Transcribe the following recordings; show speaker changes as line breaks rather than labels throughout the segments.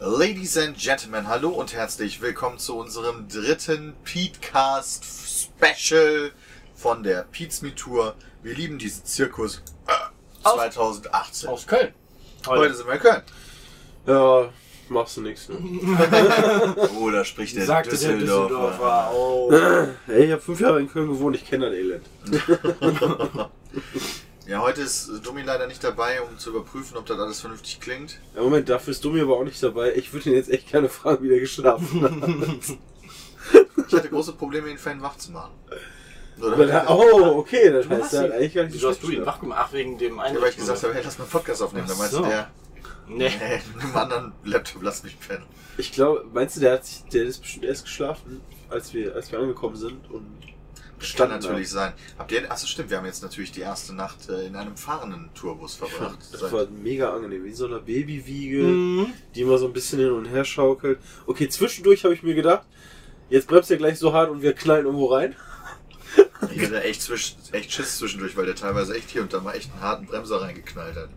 Ladies and Gentlemen, hallo und herzlich willkommen zu unserem dritten Petecast Special von der Pete's Me Tour. Wir lieben diesen Zirkus äh, 2018.
Aus Köln.
Heute sind wir in Köln.
Ja, machst du nichts. Ne?
Oh, da spricht der
Sagte der
Düsseldorfer.
Düsseldorfer. Oh.
Ey, ich habe fünf Jahre in Köln gewohnt, ich kenne das Elend.
Ja, heute ist Dummi leider nicht dabei, um zu überprüfen, ob das alles vernünftig klingt.
Ja, Moment, dafür ist Dummi aber auch nicht dabei. Ich würde ihn jetzt echt gerne fragen, wie der geschlafen hat.
Ich hatte große Probleme, ihn Fan wach zu machen. Nur
Aber da, oh, okay, das heißt,
hast
er hat
ihn-
eigentlich gar nicht
Wieso
so
hast du
schlecht
ihn wach gemacht? Ach, wegen dem einen.
Ja, weil ich gesagt habe, hey, lass mal einen Podcast aufnehmen. Da
Ach
meinte
so.
der,
Nee.
hey, mit einem anderen Laptop, lass mich pennen.
geschlafen. Ich glaube, meinst du, der, hat sich, der ist bestimmt erst geschlafen, als wir, als wir angekommen sind und
Kann
gestanden
natürlich sein. Habt ihr, achso, stimmt, wir haben jetzt natürlich die erste Nacht äh, in einem fahrenden Tourbus verbracht.
haben. Das
Seit-
war mega angenehm, wie in so einer Babywiege,
Mhm.
die immer so ein bisschen hin und her schaukelt. Okay, zwischendurch habe ich mir gedacht, jetzt bremst er gleich so hart und wir knallen irgendwo rein.
Ich hatte echt, zwisch, echt Schiss zwischendurch, weil der teilweise echt hier und da mal echt einen harten Bremser reingeknallt hat.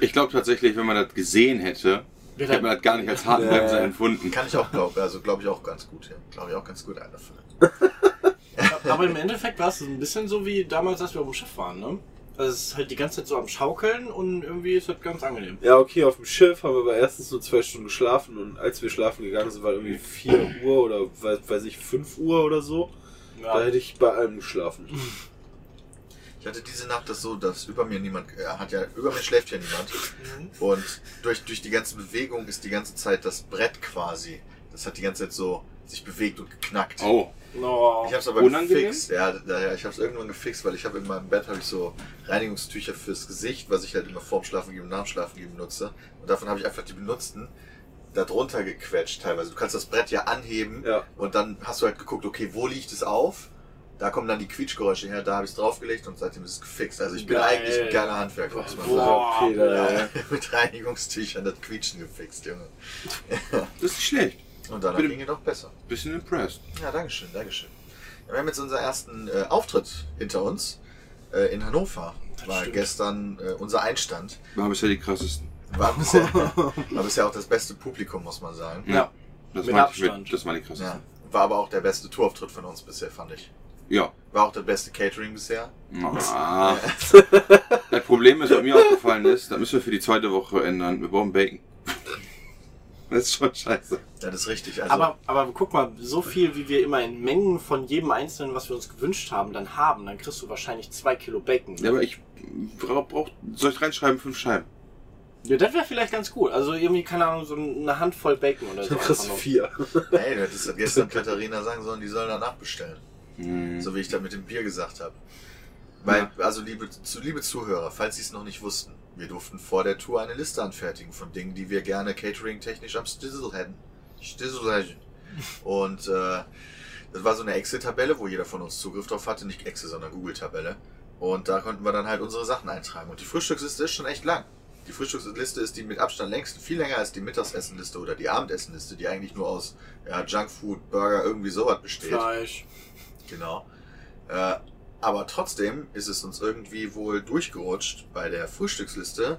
Ich glaube tatsächlich, wenn man das gesehen hätte,
Wird
hätte man das gar nicht als harten
Nee.
Bremser empfunden.
Kann ich auch glauben, also glaube ich auch ganz gut hin. Glaube ich auch ganz gut eingefangen.
Aber im Endeffekt war es ein bisschen so wie damals, als wir auf dem Schiff waren, ne? Also es ist halt die ganze Zeit so am Schaukeln und irgendwie ist das ganz angenehm.
Ja, okay, auf dem Schiff haben wir aber erstens nur zwei Stunden geschlafen und als wir schlafen gegangen sind, war irgendwie 4 Uhr oder we- weiß ich, 5 Uhr oder so. Da
Ja. Mhm.
hätte ich bei allem geschlafen.
Ich hatte diese Nacht das so, dass über mir niemand, er hat ja, über mir schläft ja niemand. Und durch, durch die ganze Bewegung ist die ganze Zeit das Brett quasi, das hat die ganze Zeit so sich bewegt und geknackt.
Oh,
No.
Ich habe es aber
Unangenehm?
gefixt. Ja, da- ja, ich habe es irgendwann gefixt, weil ich habe in meinem Bett habe ich so Reinigungstücher fürs Gesicht, was ich halt immer vorm Schlafen gehen und nach dem Schlafen gehen benutze. Und davon habe ich einfach die benutzten da drunter gequetscht teilweise. Du kannst das Brett ja anheben
Ja.
und dann hast du halt geguckt, okay, wo liegt es auf? Da kommen dann die Quietschgeräusche her, da habe ich es draufgelegt und seitdem ist es gefixt. Also ich bin
Geil.
eigentlich ein geiler Handwerker, muss man sagen.
Boah.
Also, Okay, da,
Ja, mit Reinigungstüchern das Quietschen gefixt, Junge.
das ist nicht schlecht.
Und danach
Bitte.
ging es doch besser.
Bisschen impressed.
Ja, Dankeschön, Dankeschön. Ja, wir haben jetzt unseren ersten äh, Auftritt hinter uns äh, in Hannover. war
stimmt.
gestern äh, unser Einstand.
War bisher die krassesten.
War bisher, war bisher auch das beste Publikum, muss man sagen.
Ja.
Das,
Mit
war, ich
Abstand.
mit, das war die
Ja.
krassesten.
War aber auch der beste Tourauftritt von uns bisher, fand ich.
Ja.
War auch das beste Catering bisher.
Ah. Das Problem ist, was mir aufgefallen ist, das müssen wir für die zweite Woche ändern. Wir brauchen Bacon. Das ist schon scheiße.
Das ist richtig. Also,
Aber, aber guck mal, so viel wie wir immer in Mengen von jedem Einzelnen, was wir uns gewünscht haben, dann haben, dann kriegst du wahrscheinlich zwei Kilo Bacon.
Ja, aber ich brauch, brauch, soll ich reinschreiben, fünf Scheiben?
Ja, das wäre vielleicht ganz cool. Also irgendwie, keine Ahnung, so eine Handvoll Bacon oder so.
dann kriegst du
Einfach nur.
4.
hey, das ist gestern Katharina sagen sollen, die sollen danach bestellen.
Hm.
So wie ich das mit dem Bier gesagt habe. Weil, also liebe, zu, liebe Zuhörer, falls Sie es noch nicht wussten, wir durften vor der Tour eine Liste anfertigen von Dingen, die wir gerne catering-technisch am Stizzle hätten. Stizzle hätten. Und äh, das war so eine Excel-Tabelle, wo jeder von uns Zugriff drauf hatte. Nicht Excel, sondern Google-Tabelle. Und da konnten wir dann halt unsere Sachen eintragen. Und die Frühstücksliste ist schon echt lang. Die Frühstücksliste ist die mit Abstand längste, viel länger als die Mittagsessenliste oder die Abendessenliste, die eigentlich nur aus ja, Junkfood, Burger, irgendwie sowas besteht.
Fleisch.
Genau. Äh, aber trotzdem ist es uns irgendwie wohl durchgerutscht, bei der Frühstücksliste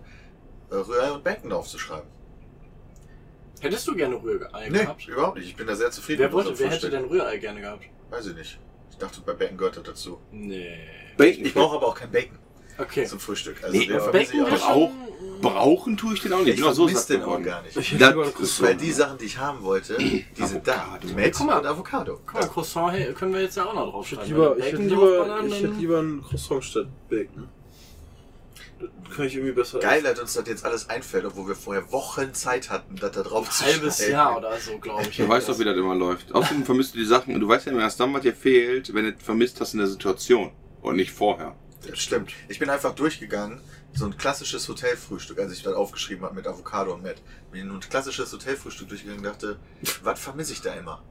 äh, Rührei und Bacon aufzuschreiben.
Hättest du gerne Rührei
Nee,
gehabt?
überhaupt nicht. Ich bin da sehr zufrieden
Wer,
mit
wollte,
unserem
wer hätte denn
Frühstück.
Rührei gerne gehabt?
Weiß ich nicht. Ich dachte, bei Bacon gehört das dazu.
Nee.
Bacon.
Ich brauche aber auch kein Bacon.
Okay.
zum Frühstück. Also
Nee,
den
auf
vermisse ich
Becken
auch
wäre
nicht.
Auch-
schon-
Brauchen tue ich den auch nicht.
Ich
bin auch so
vermisse
satt
den auch
geworden.
gar nicht.
Ich hätte lieber
Das
einen
ist
Croissant.
so.
Weil die Sachen, die ich haben wollte, die sind da.
Avocado.
Met
Guck mal.
und Avocado.
Guck mal, Croissant hey, können wir jetzt ja auch noch drauf
Ich hätte
schreiben.
lieber, ich
Bacon
hätte lieber,
draufballern,
ich hätte
dann-
lieber einen Croissant statt Bacon. ne? Das kann ich irgendwie besser.
Geil, dass uns das jetzt alles einfällt, obwohl wir vorher Wochen Zeit hatten, das da drauf zu
halbes
schreiben.
Jahr oder so, glaube ich.
Du weißt doch, wie das immer läuft. Außerdem vermisst du die Sachen und du weißt ja immer erst dann, was dir fehlt, wenn du es vermisst hast in der Situation und nicht vorher.
Das stimmt. Ich bin einfach durchgegangen, so ein klassisches Hotelfrühstück, als ich das aufgeschrieben habe mit Avocado und Met. Bin ein klassisches Hotelfrühstück durchgegangen und dachte, was vermisse ich da immer?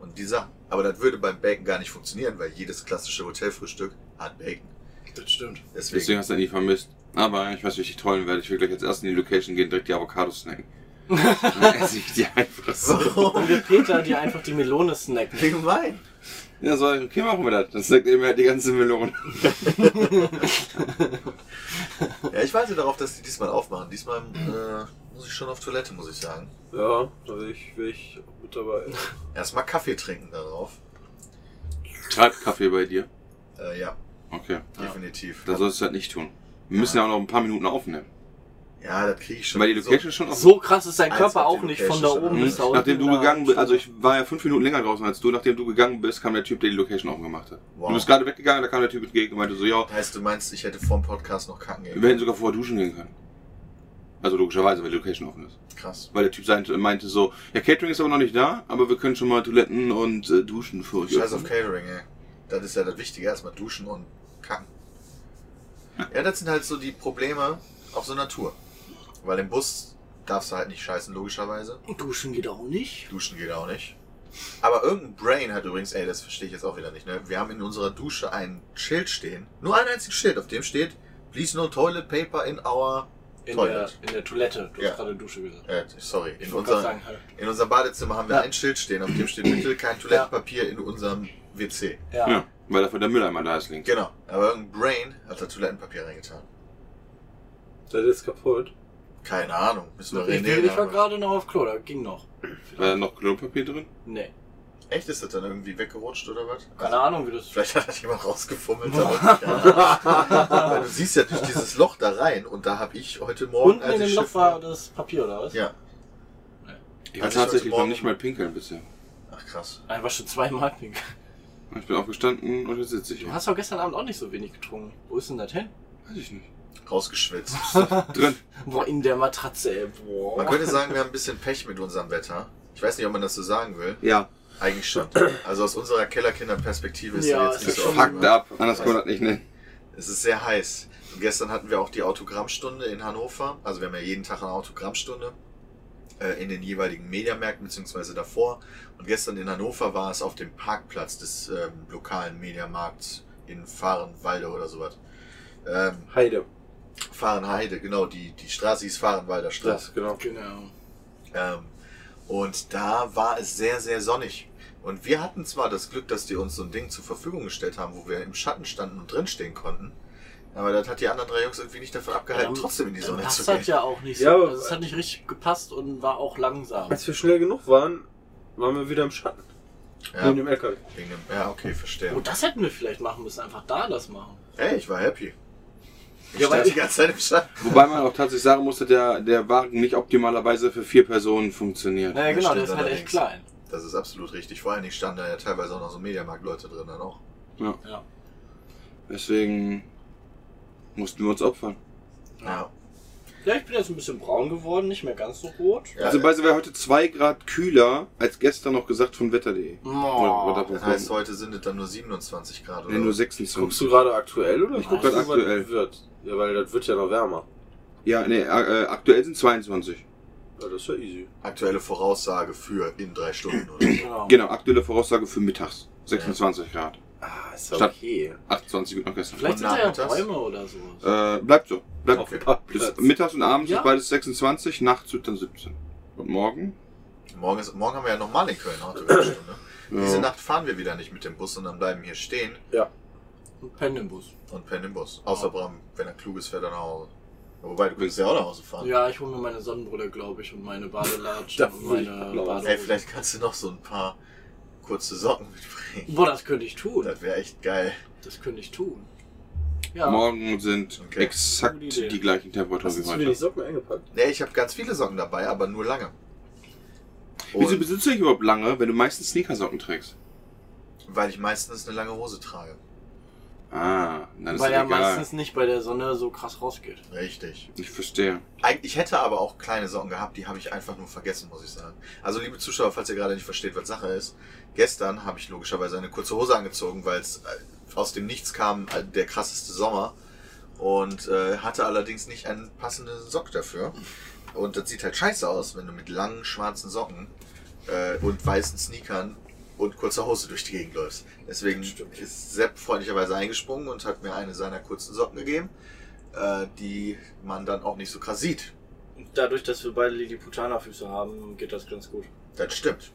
Und die Sachen. Aber das würde beim Bacon gar nicht funktionieren, weil jedes klassische Hotelfrühstück hat Bacon.
Das stimmt.
Deswegen.
Deswegen hast du das nie vermisst. Aber ich weiß, wie ich dich trollen werde. Ich will gleich als erst in die Location gehen, direkt die Avocados snacken. Dann esse ich die einfach so.
Warum?
Und wir Peter, die einfach die Melone snacken.
Wie gemein.
Ja, so, okay, machen wir das. Dann snackt ihr mir halt die ganze Melone.
Ja, ich warte darauf, dass die diesmal aufmachen. Diesmal äh, muss ich schon auf Toilette, muss ich sagen.
Ja, da wäre ich, wär ich auch mit dabei.
Erstmal Kaffee trinken darauf.
Treibt Kaffee bei dir.
Äh, ja,
Okay.
definitiv.
Dann sollst du das nicht tun. Wir müssen ja auch noch ein paar Minuten aufnehmen.
Ja, das kriege ich schon.
Weil die
so.
Location ist schon offen.
So krass ist dein
Eins
Körper
auf die
auch nicht von da
Location
oben
schon.
bis da
Mhm.
unten.
Nachdem du
da-
gegangen bist, also ich war ja fünf Minuten länger draußen als du, nachdem du gegangen bist, kam der Typ, der die Location offen gemacht hat.
Wow.
Du bist gerade weggegangen, da kam der Typ entgegen und meinte so, ja,
Heißt, du meinst, ich hätte vor dem Podcast noch kacken
wir
gehen?
hätten sogar vorher duschen gehen können. Also logischerweise, weil die Location offen ist.
Krass.
Weil der Typ sein- meinte so, ja, Catering ist aber noch nicht da, aber wir können schon mal Toiletten und äh, Duschen für euch
Scheiß auf
öffnen.
Catering, ey. Das ist ja das Wichtige. Erstmal duschen und kacken. Ja, das sind halt so die Probleme auf so einer Tour. Weil im Bus darfst du halt nicht scheißen, logischerweise.
Duschen geht auch nicht.
Duschen geht auch nicht. Aber irgendein Brain hat übrigens, ey, das verstehe ich jetzt auch wieder nicht, ne? Wir haben in unserer Dusche ein Schild stehen. Nur ein einziges Schild, auf dem steht, please no toilet paper in our
In der,
toilet.
in der Toilette. Du
Ja.
hast gerade Dusche gesagt.
Äh, sorry, in
Ich wollte gerade
unserer,
sagen, halt.
in unserem Badezimmer haben wir
Ja.
ein Schild stehen, auf dem steht bitte kein Toilettenpapier in unserem WC.
ja.
Ja, weil dafür der Mülleimer da ist links.
Genau. Aber irgendein Brain hat da Toilettenpapier reingetan.
Seid ihr jetzt kaputt?
Keine Ahnung. Müssen wir
Ich,
reden.
ich war gerade noch auf Klo, da ging noch.
War da noch Klopapier drin?
Nee.
Echt, ist das dann irgendwie weggerutscht oder was? Also,
Keine Ahnung, wie das.
Vielleicht hat das jemand rausgefummelt. Aber keine Ahnung. Weil du siehst ja durch dieses Loch da rein und da habe ich heute Morgen.
Unten in dem
ich
Loch
Schiff-
war das Papier, oder was?
Ja.
Ich war
Als ich heute
tatsächlich noch
Morgen-
nicht mal pinkeln bisher.
Ach krass.
Ah, Ich war schon zweimal pink.
Ich bin aufgestanden und jetzt sitze ich
Du
hier.
hast doch gestern Abend auch nicht so wenig getrunken. Wo ist denn das hin?
Weiß ich nicht.
Rausgeschwitzt.
Drin.
Boah, in der Matratze, ey. Boah.
Man könnte sagen, wir haben ein bisschen Pech mit unserem Wetter. Ich weiß nicht, ob man das so sagen will.
Ja.
Eigentlich schon. Also aus unserer Kellerkinderperspektive ist
Ja,
das jetzt
es
nicht
ist
so
schon
Fucked
optimal.
up. Anders kann man das nicht nennen.
Es ist sehr heiß. Und gestern hatten wir auch die Autogrammstunde in Hannover. Also wir haben ja jeden Tag eine Autogrammstunde äh, in den jeweiligen Mediamärkten beziehungsweise davor. Und gestern in Hannover war es auf dem Parkplatz des ähm, lokalen Mediamarkts in Fahrenwalde oder sowas. Ähm,
Heide.
Fahrenheide, genau, die, die Straße hieß Fahrenwalder Straße.
Das, genau.
Genau.
Ähm, und da war es sehr, sehr sonnig. Und wir hatten zwar das Glück, dass die uns so ein Ding zur Verfügung gestellt haben, wo wir im Schatten standen und drinstehen konnten. Aber das hat die anderen drei Jungs irgendwie nicht davon abgehalten,
Dann-
trotzdem in die
dann
Sonne zu
passt
gehen.
Ähm, das ja auch nicht so.
Ja, aber-
also, es hat nicht richtig gepasst und war auch langsam.
Als wir schnell genug waren, waren wir wieder im Schatten.
Ja,
Neben dem LKW.
wegen dem, ja okay, verstehe.
Oh, das hätten wir vielleicht machen müssen. Einfach da das machen.
Hey, ich war happy. Ich
Ja,
stand
weil-
die ganze Zeit im Schatten.
Wobei man auch tatsächlich sagen musste, der, der Wagen nicht optimalerweise für vier Personen funktioniert.
Naja,
Das
genau, der
stimmt
ist halt echt
allerdings.
klein.
Das ist absolut richtig. Vor allen Dingen standen da ja teilweise auch noch so Mediamarkt-Leute drin dann auch.
Ja.
Deswegen mussten wir uns opfern.
Ja.
Ja, ich bin jetzt ein bisschen braun geworden, nicht mehr ganz so rot.
ja
also bei wäre heute zwei Grad kühler als gestern noch gesagt von wetter.de.
Oh.
das heißt, heute sind es dann nur 27 Grad oder
nee, nur
so.
Guckst
26.
du gerade aktuell oder?
Ich guck
guckst
grad
du, was Also,
aktuell.
Wird. Ja, weil das wird ja noch wärmer.
Ja, nee, äh, äh, aktuell sind 22.
Ja, das ist ja easy.
aktuelle Voraussage für in drei Stunden oder so.
Genau.
Genau, aktuelle Voraussage für mittags. 26 Grad.
Ah, ist
ja
okay.
28 Grad noch gestern.
Vielleicht
Und
sind da ja
nachmittags?
Bäume oder so.
Äh, bleibt so. Bleibt
Auf dem
bis
Parkplatz.
mittags und abends
Ja.
ist beides 26, nachts wird dann 17. Und morgen?
Morgen, ist, morgen haben wir ja nochmal in Köln Autogrammstunde.
Ja.
Diese Nacht fahren wir wieder nicht mit dem Bus, sondern bleiben hier stehen
Ein Pendelbus.
und pennen im Bus. Außer Bram, wenn er klug ist, fährt er nach Hause. Wobei, du könntest ja auch nach Hause fahren.
Ja, ich hole mir meine Sonnenbrille, glaube ich, und meine Badelatsche
Das
und
will ich
meine
glauben.
Badehose.
Ey, vielleicht kannst du noch so ein paar kurze Socken mitbringen.
Boah, das könnte ich tun.
Das wäre echt geil.
Das könnte ich tun.
und
Ja.
morgen sind
Okay.
exakt
Gute Idee.
die gleichen Temperaturen
Hast du
wie
zu wenig
heute.
Socken eingepackt?
Nee, ich habe ganz viele Socken dabei, aber nur lange.
Wieso
Und
besitzt du dich überhaupt lange, wenn du meistens Sneakersocken trägst?
weil ich meistens eine lange Hose trage.
Ah, dann ist
Weil er
ja egal.
meistens nicht bei der Sonne so krass rausgeht.
Richtig.
Ich verstehe.
Eigentlich hätte aber auch kleine Socken gehabt, die habe ich einfach nur vergessen, muss ich sagen. Also liebe Zuschauer, falls ihr gerade nicht versteht, was Sache ist, gestern habe ich logischerweise eine kurze Hose angezogen, weil es äh, aus dem Nichts kam, äh, der krasseste Sommer und äh, hatte allerdings nicht einen passenden Sock dafür. Und das sieht halt scheiße aus, wenn du mit langen schwarzen Socken äh, und weißen Sneakern und kurzer Hose durch die Gegend läufst. Deswegen ist Sepp freundlicherweise eingesprungen und hat mir eine seiner kurzen Socken gegeben, äh, die man dann auch nicht so krass sieht.
Dadurch, dass wir beide Lilliputana-Füße haben, geht das ganz gut.
Das stimmt.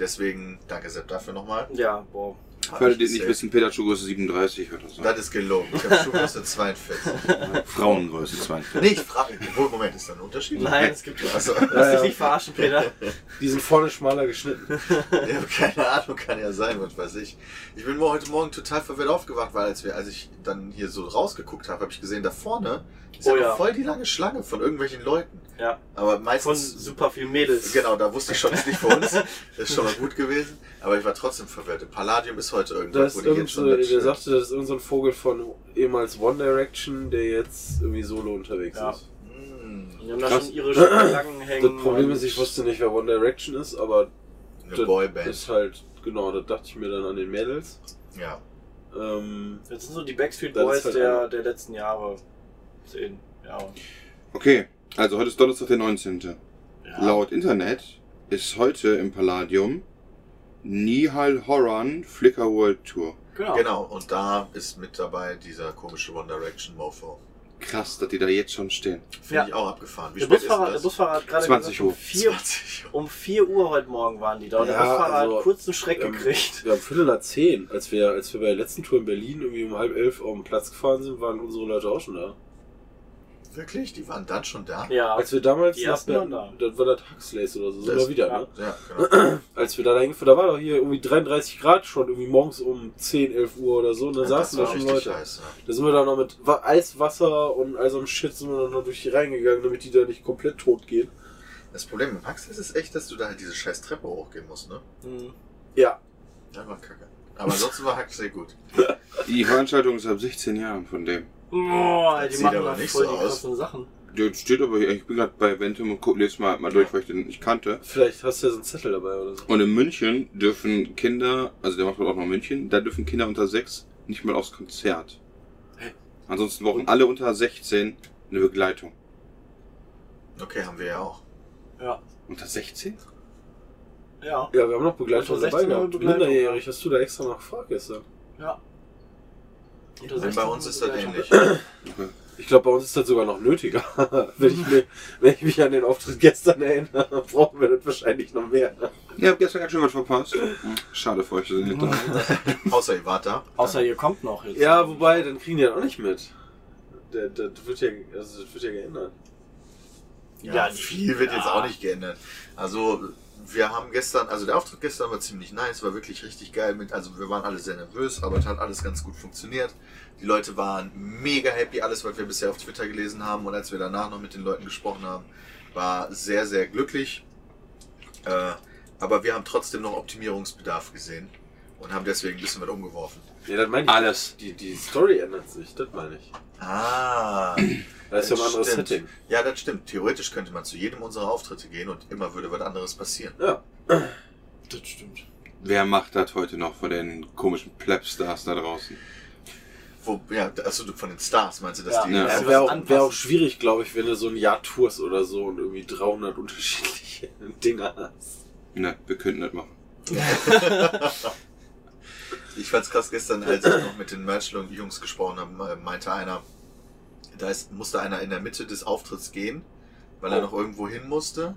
Deswegen danke Sepp dafür nochmal.
Ja, boah.
Hab
Falls
ich
ihr nicht
gesaved.
wissen, Peter Chugo ist 37 oder so.
Das ist gelogen. Ich habe Schuhgröße 42.
Frauengröße 42.
Nee, ich frage. Obwohl, Moment, ist da ein Unterschied?
Nein, es gibt was.
Also,
Lass
Ja,
dich
ja.
nicht verarschen, Peter.
Die sind vorne schmaler geschnitten.
Ich habe keine Ahnung, kann ja sein, was weiß ich. Ich bin heute Morgen total verwirrt aufgewacht, weil als, wir, als ich dann hier so rausgeguckt habe, habe ich gesehen, da vorne ist
Oh
ja, noch
ja.
voll die lange Schlange von irgendwelchen Leuten.
Ja.
Aber
Von
meistens.
super vielen Mädels.
Genau, da wusste ich schon, ist nicht für uns. Das ist schon mal gut gewesen. Aber ich war trotzdem verwirrt. Im Palladium ist heute
Da
irgendwas,
ist irgend so, der
mitstellen.
sagte, das ist irgendein so ein Vogel von ehemals One Direction, der jetzt irgendwie solo unterwegs
Ja.
ist.
Hm,
Die haben da
Krass.
schon ihre Schlangen hängen.
Das Problem
und-
ist, ich wusste nicht, wer One Direction ist, aber
eine
das
Boyband.
ist halt, genau, das dachte ich mir dann an den Mädels.
Ja.
Ähm,
Das sind so die Backstreet
Das ist
Boys
halt
der,
einer.
der letzten Jahre. Zehn Jahre.
Okay, also heute ist Donnerstag, der 19.
Ja.
Laut Internet ist heute im Palladium Nihal Horan Flickr World Tour.
Genau.
Genau, und da ist mit dabei dieser komische One Direction Mofo.
Krass, dass die da jetzt schon stehen.
Finde
Ja.
ich auch abgefahren. Wie
Der,
spät ist
Busfahrer,
denn
der
das?
Busfahrer hat gerade
20
gesagt, um
Uhr.
4,
20 Uhr.
um 4 Uhr heute Morgen waren die da. Und der
Ja,
Busfahrer
also,
hat kurzen Schreck
ähm,
gekriegt.
Wir haben Viertel nach zehn, als wir, als wir bei der letzten Tour in Berlin irgendwie um halb elf auf den Platz gefahren sind, waren unsere Leute auch schon da.
Wirklich? Die waren dann schon da?
Ja.
Als wir damals
Die
nach
ersten waren
Berlin,
da.
das war das Huxleys oder so, sind
Das-
wir wieder,
ja.
ne?
Ja, genau.
Als wir da hingefahren, da war doch hier irgendwie 33 Grad schon, irgendwie morgens um 10, 11 Uhr oder so, und dann saßen da
war
schon
richtig
Leute.
heiß, ja.
Da sind wir dann noch mit Wa- Eiswasser und all so einem Shit sind wir dann noch durch die reingegangen, damit die da nicht komplett tot gehen.
Das Problem mit Huxleys ist echt, dass du da halt diese scheiß Treppe hochgehen musst, ne?
Hm.
Ja.
Ja, war kacke. Aber ansonsten war Huxley gut.
Die Veranstaltung ist ab 16 Jahren von dem.
Oh,
Das
die
sieht
machen
aber
da
nicht
voll
so
die
aus.
krassen Sachen.
Der steht aber hier, ich bin gerade bei Ventum und guck, lese mal, halt mal durch, weil ich den nicht kannte.
Vielleicht hast du ja so einen Zettel dabei oder so.
Und in München dürfen Kinder, also der macht wohl auch noch München, da dürfen Kinder unter 6 nicht mal aufs Konzert. Ansonsten brauchen alle unter 16 eine Begleitung.
Okay, haben wir ja auch.
Ja.
Unter 16?
Ja.
Ja, wir haben noch Begleitung
Unter
dabei
16 haben
gehabt.
wir Begleitung,
Minderjährig, hast du da extra nachgefragt gestern?
Ja. Unter
Denn
16
bei uns ist das
Begleitung.
ähnlich.
Ich glaube, bei uns ist das sogar noch nötiger. wenn, ich mir, wenn ich mich an den Auftritt gestern erinnere, brauchen wir das wahrscheinlich noch mehr.
Ihr habt gestern ganz schön was verpasst. Hm, Schade für euch, dass ihr nicht da seid.
Außer ihr wart da.
Außer ihr kommt noch jetzt.
Ja, wobei, dann kriegen die das auch nicht mit. Der- Das wird ja, also das wird ja geändert.
Ja,
Ja,
viel wird
ja.
jetzt auch nicht geändert. Also, wir haben gestern, also der Auftritt gestern war ziemlich nice, war wirklich richtig geil mit, also wir waren alle sehr nervös, aber es hat alles ganz gut funktioniert. Die Leute waren mega happy, alles, was wir bisher auf Twitter gelesen haben und als wir danach noch mit den Leuten gesprochen haben, war sehr, sehr glücklich. Äh, aber wir haben trotzdem noch Optimierungsbedarf gesehen und haben deswegen ein bisschen was umgeworfen.
Ja, das meine ich.
Alles.
Die, die Story ändert sich, das meine ich.
Ah.
Da ist ja ein anderes
Stimmt.
Setting.
Ja, das stimmt. Theoretisch könnte man zu jedem unserer Auftritte gehen und immer würde was anderes passieren.
Ja.
Das stimmt.
Wer macht das heute noch von den komischen Plebstars da draußen?
Wo, ja, achso, du von den Stars meinst du, dass
Ja.
die.
Ja.
Ja,
Also
wäre
was
auch, wär auch
anpassen.
schwierig, glaube ich, wenn du so ein Jahr tourst oder so und irgendwie 300 unterschiedliche Dinger hast.
Ne, wir könnten das machen.
Ich fand's krass gestern, als ich noch mit den Merch-Jungs gesprochen habe, meinte einer, da ist, musste einer in der Mitte des Auftritts gehen, weil er
Oh.
noch irgendwo hin musste.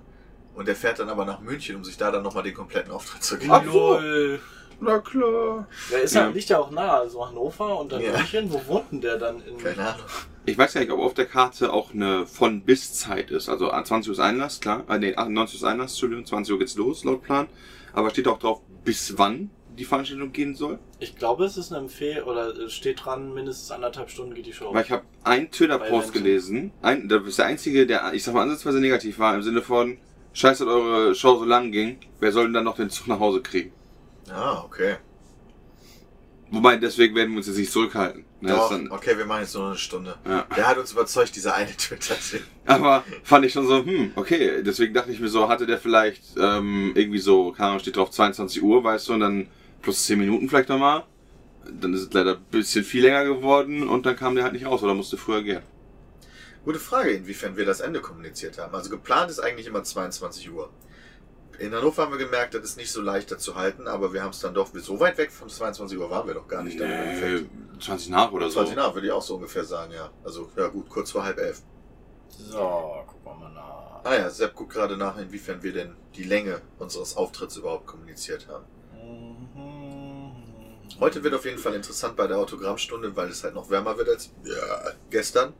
Und der fährt dann aber nach München, um sich da dann nochmal den kompletten Auftritt zu geben.
Ach so.
Lol.
Na klar.
Der ist
Ja.
ja. liegt ja auch nah, also Hannover und dann
Ja.
München. Wo wohnt denn der dann in
Keine Ahnung.
Ich weiß gar nicht, ob auf der Karte auch eine Von-Bis-Zeit ist. Also an 20 Uhr ist Einlass, Ah, klar. Äh, nee, 98 Uhr ist Einlass, Entschuldigung, 20 Uhr geht's los, laut Plan. Aber steht auch drauf, bis wann die Veranstaltung gehen soll.
Ich glaube, es ist eine Empfehlung oder es steht dran, mindestens anderthalb Stunden geht die Show.
Weil ich habe einen Twitter-Post
Weil-
gelesen. Ein, das ist der einzige, der, ich sag mal, ansatzweise negativ war, im Sinne von, scheiß, dass eure Show so lang ging. Wer soll denn dann noch den Zug nach Hause kriegen?
Ah, okay.
Wobei, deswegen werden wir uns jetzt nicht zurückhalten. Ne, das
Doch,
ist dann,
okay, wir machen jetzt nur noch eine Stunde.
ja.
Der hat uns überzeugt, dieser eine Twitter-Tipp.
Aber fand ich schon so, hm, okay. Deswegen dachte ich mir so, hatte der vielleicht ähm, irgendwie so, keine Ahnung, steht drauf 22 Uhr, weißt du, und dann plus 10 Minuten vielleicht nochmal. Dann ist es leider ein bisschen viel länger geworden und dann kam der halt nicht raus oder musste früher gehen.
Gute Frage, inwiefern wir das Ende kommuniziert haben. Also geplant ist eigentlich immer 22 Uhr. In Hannover haben wir gemerkt, das ist nicht so leicht dazu halten, aber wir haben es dann doch, so weit weg von 22 Uhr waren wir doch gar nicht. dann im
Nee,
Endeffekt.
20 nach oder so.
20 nach, würde ich auch so ungefähr sagen, ja. Also, ja gut, kurz vor halb elf.
So, gucken wir mal nach.
Ah ja, Sepp guckt gerade nach, inwiefern wir denn die Länge unseres Auftritts überhaupt kommuniziert haben.
Mhm.
Heute wird auf jeden Fall interessant bei der Autogrammstunde, weil es halt noch wärmer wird als ja, gestern.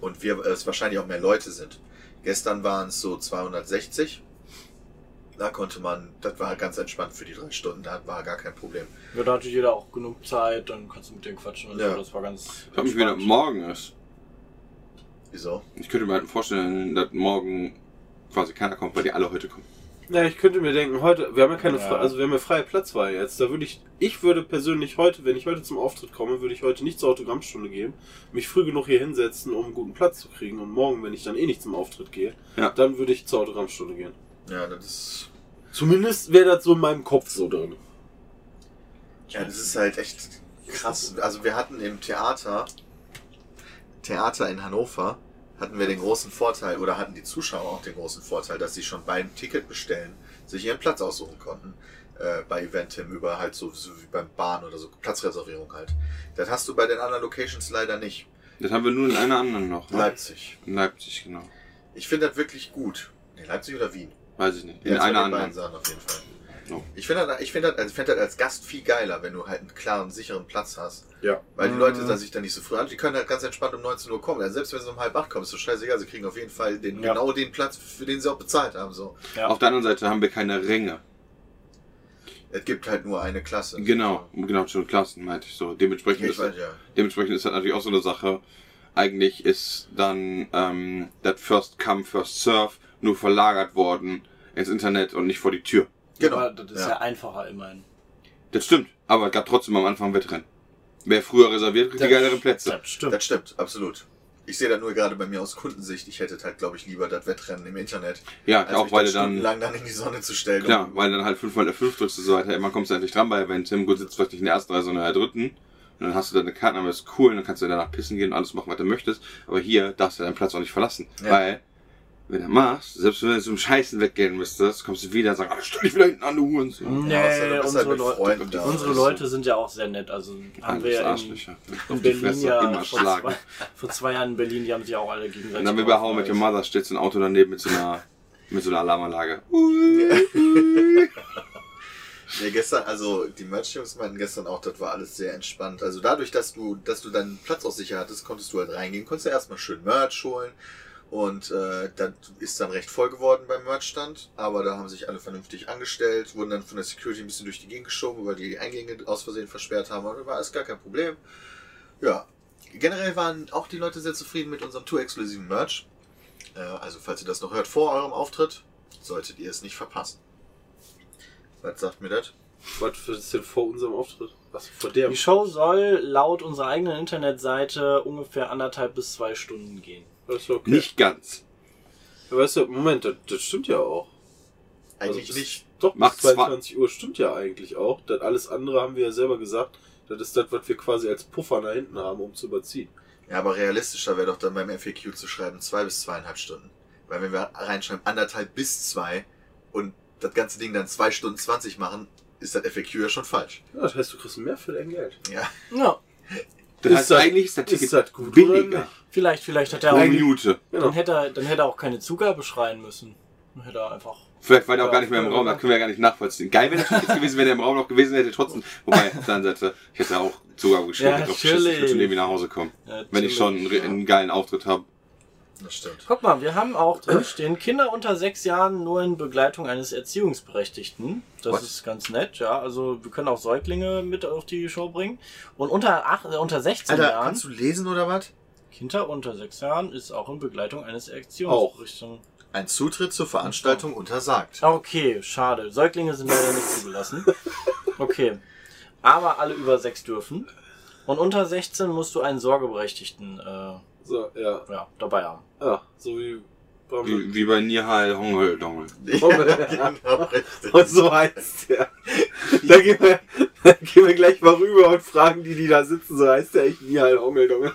Und wir äh, es wahrscheinlich auch mehr Leute sind. Gestern waren es so 260. Da konnte man, das war ganz entspannt für die drei Stunden, da war gar kein Problem.
Ja, da hatte jeder auch genug Zeit, dann kannst du mit denen quatschen und
Ja.
so. Das war ganz.
Ich frage mich, wie das morgen ist.
Wieso?
Ich könnte mir halt vorstellen, dass morgen quasi keiner kommt, weil die alle heute kommen.
Ja, ich könnte mir denken, heute, wir haben ja keine,
Ja.
Fre- also wir haben ja freie Platzwahl jetzt. Da würde ich, ich würde persönlich heute, wenn ich heute zum Auftritt komme, würde ich heute nicht zur Autogrammstunde gehen, mich früh genug hier hinsetzen, um einen guten Platz zu kriegen. Und morgen, wenn ich dann eh nicht zum Auftritt gehe,
Ja.
dann würde ich zur Autogrammstunde gehen.
Ja, das ist
Zumindest wäre das so in meinem Kopf so drin.
Ja, das ist halt echt krass. Also wir hatten im Theater, Theater in Hannover, hatten wir den großen Vorteil, oder hatten die Zuschauer auch den großen Vorteil, dass sie schon beim Ticket bestellen, sich ihren Platz aussuchen konnten. Äh, bei Eventim über halt so, so wie beim Bahn oder so, Platzreservierung halt. Das hast du bei den anderen Locations leider nicht.
Das haben wir nur in einer anderen noch. ne?
Leipzig.
In Leipzig, genau.
Ich finde das wirklich gut. Nee, Leipzig oder Wien?
Weiß ich nicht.
Ja,
In
das
einer
waren die beiden
anderen.
Sachen auf jeden Fall.
Oh.
Ich finde das, ich find das, also ich find das als Gast viel geiler, wenn du halt einen klaren, sicheren Platz hast.
Ja.
Weil die Leute da sich dann nicht so früh an. Die können halt ganz entspannt um 19 Uhr kommen. Also selbst wenn sie um halb acht kommen, ist so scheißegal. Sie kriegen auf jeden Fall den,
Ja.
genau den Platz, für den sie auch bezahlt haben. So.
Auf der anderen Seite haben wir keine Ränge.
Es gibt halt nur eine Klasse.
Genau, genau, schon Klassen meinte ich so. Dementsprechend
Ich
ist,
weiß, ja.
dementsprechend ist das natürlich auch so eine Sache. Eigentlich ist dann ähm, das First Come, First Serve nur verlagert worden ins Internet und nicht vor die Tür.
Genau.
Aber das ist ja,
Ja.
einfacher immerhin.
Das stimmt, aber es gab trotzdem am Anfang Wettrennen. Wer früher reserviert, kriegt die geileren Plätze.
Das stimmt.
Das stimmt, absolut. Ich sehe da nur gerade bei mir aus Kundensicht, ich hätte halt, glaube ich, lieber das Wettrennen im Internet,
Ja,
als
auch
mich
weil du
dann
dann,
stundenlang dann in die Sonne zu stellen. um
Genau.
klar, weil dann halt 5 mal F5 drückst und so weiter. Irgendwann kommst du endlich dran bei Eventim. Gut, sitzt vielleicht nicht in der ersten Reihe, sondern in der dritten. Und dann hast du deine Karten, aber ist cool, und dann kannst du danach pissen gehen und alles machen, was du möchtest. Aber hier darfst du deinen Platz auch nicht verlassen.
Ja.
Weil, wenn du machst, selbst wenn du zum Scheißen weggehen müsstest, kommst du wieder und sagst, ah, stell dich wieder hinten an, du
Mhm.
Hurensohn.
Nee,
Ja, außer du bist halt
unsere,
mit Freunden
Leute,
da, weißt
unsere
du.
Leute sind ja auch sehr nett. Also haben wir
Alles
ja in,
Arschlöcher.
in
Auf die
Berlin
Fresse,
ja
immer
vor
schlagen.
zwei, vor zwei Jahren in Berlin, die haben sich auch alle gegenseitig.
Und dann wie bei How mit Your
aufgeregt.
Mother steht so ein Auto daneben mit so einer, mit so einer Alarmanlage.
Ja, gestern, also die Merch-Jungs meinten gestern auch, das war alles sehr entspannt. Also dadurch, dass du, dass du deinen Platz auch sicher hattest, konntest du halt reingehen, konntest du erstmal schön Merch holen. Und äh, das ist dann recht voll geworden beim Merch-Stand, aber da haben sich alle vernünftig angestellt, wurden dann von der Security ein bisschen durch die Gegend geschoben, weil die die Eingänge aus Versehen versperrt haben, aber das war alles gar kein Problem. Ja, generell waren auch die Leute sehr zufrieden mit unserem Tour-exklusiven Merch. Äh, also falls ihr das noch hört vor eurem Auftritt, solltet ihr es nicht verpassen. Was sagt mir das?
Was ist denn vor unserem Auftritt? Was vor der?
Die Show soll laut unserer eigenen Internetseite ungefähr anderthalb bis zwei Stunden gehen.
Das ist okay.
Nicht ganz.
Ja, Weißt du, Moment, das, das stimmt ja auch. Also
Eigentlich
bis-
nicht.
Doch, bis
Macht zwei-
22 Uhr stimmt ja eigentlich auch. Das alles andere haben wir ja selber gesagt. Das ist das, was wir quasi als Puffer nach hinten haben, um zu überziehen.
Ja, aber realistischer wäre doch dann beim FAQ zu schreiben, zwei bis zweieinhalb Stunden. Weil wenn wir reinschreiben, anderthalb bis zwei und das ganze Ding dann zwei Stunden zwanzig machen, ist das FAQ ja schon falsch.
Ja, das heißt, du kriegst mehr für dein Geld.
Ja.
Ja,
Das
Ist
heißt,
das-
eigentlich ist das
ist
Ticket
das gut oder
billiger.
nicht?
vielleicht, vielleicht hat er
Eine
auch,
Minute.
dann
Genau.
hätte er, dann hätte er auch keine Zugabe schreien müssen. Dann hätte er einfach.
Vielleicht war der auch
Ja,
gar nicht mehr im
ja,
Raum,
ja.
das können wir ja gar nicht nachvollziehen. Geil wäre natürlich jetzt gewesen, wenn er im Raum noch gewesen hätte, trotzdem. Wobei, auf der anderen Seite, ich hätte auch Zugabe geschrieben,
Ja,
hätte auch beschissen, ich würde schon
natürlich.
irgendwie nach Hause kommen.
Ja,
Wenn ich schon einen, einen geilen Auftritt habe.
Das stimmt.
Guck mal, wir haben auch drinstehen, Kinder unter sechs Jahren nur in Begleitung eines Erziehungsberechtigten. Das
Was?
ist ganz nett, ja. Also wir können auch Säuglinge mit auf die Show bringen. Und unter, acht, äh, unter 16
Alter,
Jahren,
kannst du lesen oder was?
Kinder unter sechs Jahren ist auch in Begleitung eines Erziehungsberechtigten.
Ein Zutritt zur Veranstaltung
Oh.
untersagt.
Okay, schade. Säuglinge sind leider nicht zugelassen. Okay. Aber alle über sechs dürfen. Und unter 16 musst du einen Sorgeberechtigten äh,
So, ja.
ja, dabei haben.
Ja, so wie
Wie, wie bei Nihal Hongel Dongel.
Ja,
Genau, richtig.
und so heißt der. Da gehen, wir, da gehen wir gleich mal rüber und fragen die, die da sitzen, so heißt der echt Nihal Hongeldonge.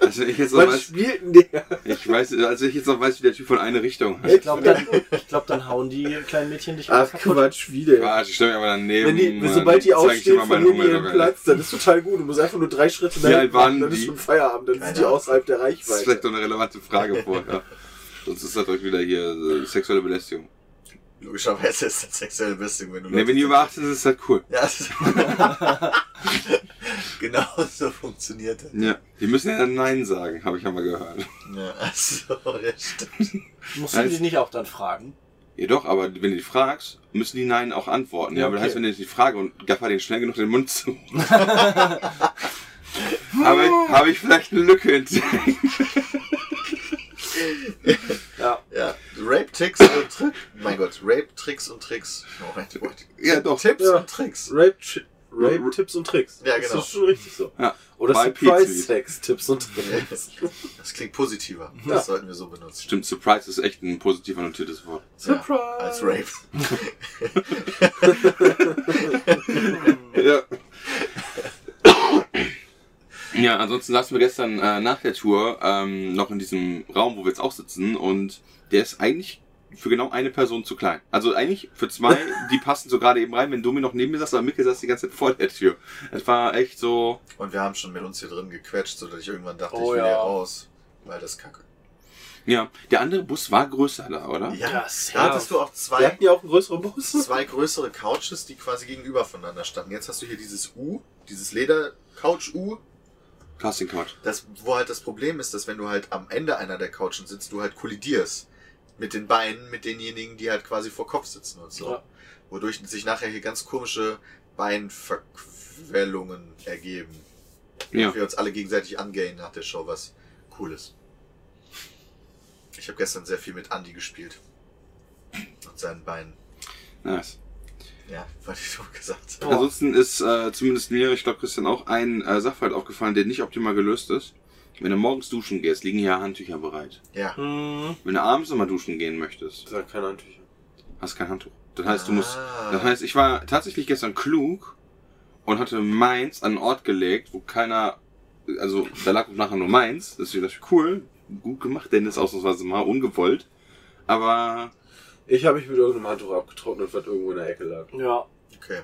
Also ich jetzt noch
Was
weiß,
spielt denn der?
ich weiß, also ich jetzt noch weiß, wie der Typ von eine Richtung heißt.
Ich glaube, dann, ich glaub, dann hauen die kleinen Mädchen dich
Ach Quatsch, wieder.
Quatsch, also ich stelle mich aber daneben.
Wenn die,
äh,
sobald die
zeig ich
aufstehen,
dir mal meinen
verlieren die ihren
Hongel-Dongel.
Platz, dann ist total gut. Du musst einfach nur drei Schritte
Wie alt
dahin machen,
waren
dann ist
die?
schon Feierabend, dann sind die
Keine Ahnung.
außerhalb der
Das ist vielleicht
Reichweite.
doch eine relevante Frage vorher. Sonst ist das doch wieder hier äh, sexuelle Belästigung.
Logischerweise ist das sexuelle Belästigung, wenn du
Ne, wenn ihr über 18 ist, ist das cool.
Ja, das- genau so funktioniert das.
Ja. Die müssen ja dann Nein sagen, habe ich ja mal gehört.
Ja, also, ja, stimmt.
Musst du
Als-
die nicht auch dann fragen?
Ja doch, aber wenn du die fragst, müssen die Nein auch antworten. Ja,
Ja,
aber das
okay.
heißt, wenn du die Frage und Gaffer den schnell genug den Mund zu. habe, ich, habe ich vielleicht eine Lücke entdeckt.
Ja.
Ja, Rape-Tricks und Tricks. Mein Gott, Rape-Tricks und Tricks. Moment, Moment.
Ja doch.
Tipps
Ja.
und Tricks.
Rape, Chi- Rape Tipps und Tricks.
Ja,
Das
genau.
ist schon richtig so.
Mhm. Ja.
Oder
Bei
Surprise
Pizza.
Sex Tipps und Tricks.
Das klingt positiver. Das
Ja.
sollten wir so benutzen.
Stimmt, Surprise ist echt ein positiv annotiertes Wort.
Ja, als Rape.
Ja. Ja, ansonsten saßen wir gestern äh, nach der Tour ähm, noch in diesem Raum, wo wir jetzt auch sitzen und der ist eigentlich für genau eine Person zu klein. Also eigentlich für zwei, die passen so gerade eben rein, wenn Domi noch neben mir saß, aber Mikkel saß die ganze Zeit vor der Tür. Das war echt so,
Und wir haben schon mit uns hier drin gequetscht, sodass ich irgendwann dachte,
Oh,
ich will hier
ja.
raus. Weil das ist kacke.
ja. Der andere Bus war größer da, oder?
Ja,
Ja,
da
safe.
hattest du auch
Wir
zwei,
hatten ja auch einen größeren Bus.
zwei größere Couches, die quasi gegenüber voneinander standen. Jetzt hast du hier dieses U, dieses Leder-Couch-U,
Casting Couch.
Das, wo halt das Problem ist, dass wenn du halt am Ende einer der Couchen sitzt, du halt kollidierst mit den Beinen, mit denjenigen, die halt quasi vor Kopf sitzen und so.
Ja.
Wodurch sich nachher hier ganz komische Beinverquellungen ergeben.
Ja.
Und wir uns alle gegenseitig angehen nach der Show, was cool ist. Ich habe gestern sehr viel mit Andy gespielt. Und seinen Beinen.
Nice.
Ja, wollte ich so gesagt.
Boah.
Ansonsten ist äh, zumindest mir, ich glaube Christian auch, ein äh, Sachverhalt aufgefallen, der nicht optimal gelöst ist. Wenn du morgens duschen gehst, liegen hier Handtücher bereit.
Ja.
Hm,
Wenn du abends nochmal duschen gehen möchtest,
Ja, keine Handtücher.
hast kein Handtuch. Das heißt, du musst.
Ah.
Das heißt, ich war tatsächlich gestern klug und hatte meins an einen Ort gelegt, wo keiner. Also, da lag nachher nur meins. Das ist wieder cool. Gut gemacht, Dennis, ausnahmsweise mal ungewollt. Aber
Ich habe mich mit irgendeinem Handtuch abgetrocknet, was irgendwo in der Ecke lag.
ja.
Okay.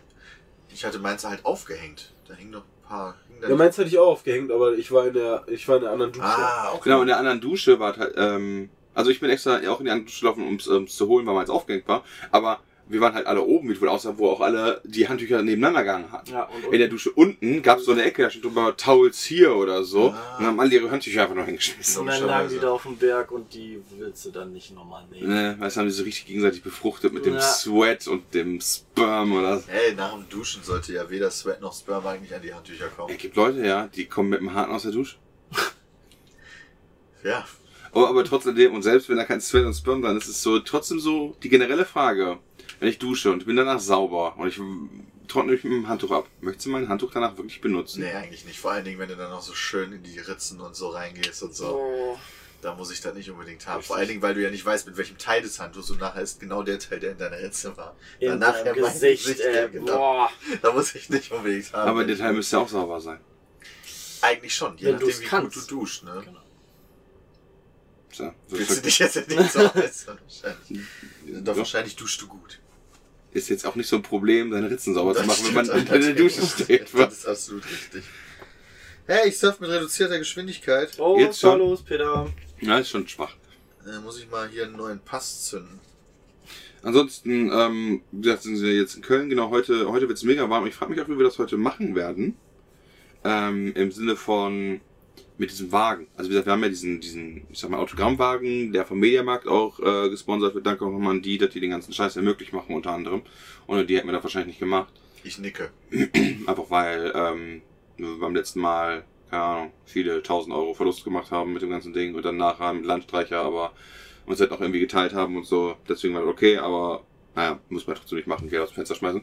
Ich hatte meins halt aufgehängt. Da hingen noch ein paar. hingen da
Ja, meins hatte ich auch aufgehängt, aber ich war in der, ich war in der anderen Dusche.
ah, okay.
Genau, in der anderen Dusche war halt, ähm, also ich bin extra auch in die andere Dusche gelaufen, um es zu holen, weil man jetzt aufgehängt war. Aber wir waren halt alle oben, wie du wohl aussah, wo auch alle die Handtücher nebeneinander gegangen hatten.
ja und,
In der Dusche unten gab es so eine Ecke, da stand drüber Towels hier oder so.
Ah.
Und haben alle ihre Handtücher einfach noch hingeschmissen.
und dann lagen die da auf dem Berg und die willst du dann nicht nochmal nehmen.
Ne, weißt du, haben die so richtig gegenseitig befruchtet mit dem
Ja.
Sweat und dem Sperm oder so.
Hey, nach dem Duschen sollte ja weder Sweat noch Sperm eigentlich an die Handtücher kommen.
Es gibt Leute, ja, die kommen mit dem Harten aus der Dusche.
Ja,
Aber, Oh, aber trotzdem, und selbst wenn da kein Sweat und Sperm dran ist, ist so trotzdem so die generelle Frage. Wenn ich dusche und bin danach sauber und ich mm, trockne mich mit dem Handtuch ab, möchtest du mein Handtuch danach wirklich benutzen?
nee, eigentlich nicht. Vor allen Dingen, wenn du dann noch so schön in die Ritzen und so reingehst und so.
Oh.
Da muss ich das nicht unbedingt haben. Vor allen Dingen, weil du ja nicht weißt, mit welchem Teil des Handtuchs und nachher ist genau der Teil, der in deiner Ritze war.
In
Danach
deinem
ja mein
Gesicht,
Gesicht, ja,
ey.
genau.
Boah.
Da muss ich nicht unbedingt haben.
Aber der Teil müsste auch sauber sein.
Eigentlich schon, je
Wenn
nachdem,
du's
wie
kannst.
gut du duschst, ne?
Genau.
So, so
Willst du dich jetzt ja nicht so äußern, wahrscheinlich. Doch
doch,
wahrscheinlich duschst du gut.
ist jetzt auch nicht so ein Problem, seine Ritzen sauber zu
Das
machen, wenn man
stimmt
unter der Dusche
allerdings.
steht.
Das ist absolut richtig. Hey, ich surf mit reduzierter Geschwindigkeit.
Oh,
Jetzt
fahr
schon.
los, Peter.
Ja, ist schon schwach.
Äh, muss ich mal hier einen neuen Pass zünden.
Ansonsten, ähm, wie gesagt, sind wir jetzt in Köln. Genau, heute, heute wird es mega warm. Ich frage mich auch, wie wir das heute machen werden. Ähm, Im Sinne von, mit diesem Wagen. Also wie gesagt, wir haben ja diesen, diesen, ich sag mal, Autogrammwagen, der vom Mediamarkt auch äh, gesponsert wird. Danke auch nochmal an die, dass die den ganzen Scheiß ja möglich machen, unter anderem. Ohne die hätten wir das wahrscheinlich nicht gemacht.
Ich nicke.
Einfach weil ähm, wir beim letzten Mal, keine Ahnung, viele tausend Euro Verlust gemacht haben mit dem ganzen Ding und dann nachher mit Landstreicher, aber uns halt auch irgendwie geteilt haben und so. Deswegen war das okay, aber naja, muss man trotzdem nicht machen, Geld aus dem Fenster schmeißen.